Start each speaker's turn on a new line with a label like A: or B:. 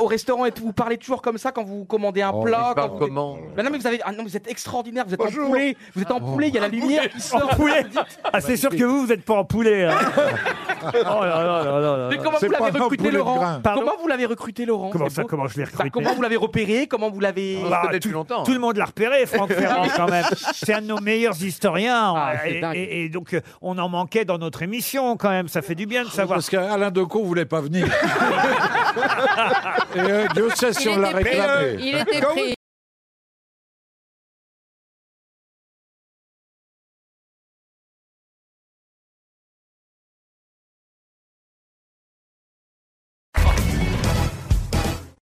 A: au restaurant et tout, vous parlez toujours comme ça quand vous commandez un
B: Oh, mais
A: plat.
B: je parle
A: quand vous-
B: comment
A: Mais non, mais vous, avez... ah non, vous êtes extraordinaire, vous êtes
B: Bonjour.
A: en poulet, vous êtes en poulet, il y a la lumière qui sort.
C: En poulet Ah, c'est sûr que vous, vous n'êtes pas en poulet. hein. Oh là là là là là.
A: Mais comment
D: C'est
A: vous l'avez
D: pas un
A: recruté,
D: poulet de
A: Laurent
D: grain.
C: Pardon
A: Comment vous l'avez recruté, Laurent
C: Comment
A: C'est
C: ça,
A: beau.
C: comment je l'ai
A: Bah,
C: recruté
A: Comment vous l'avez repéré Comment vous l'avez.
B: On se connaît depuis
C: tout,
B: longtemps, hein.
C: tout le monde l'a repéré, Franck Ferrand, quand même. C'est un de nos meilleurs historiens.
A: Ah, c'est
C: et,
A: dingue.
C: et- et donc, euh, on en manquait dans notre émission, quand même. Ça fait du bien de savoir.
D: Parce qu'Alain Decaux voulait pas venir. Et euh, Dieu sait si on l'a réclamé.
E: il était pris.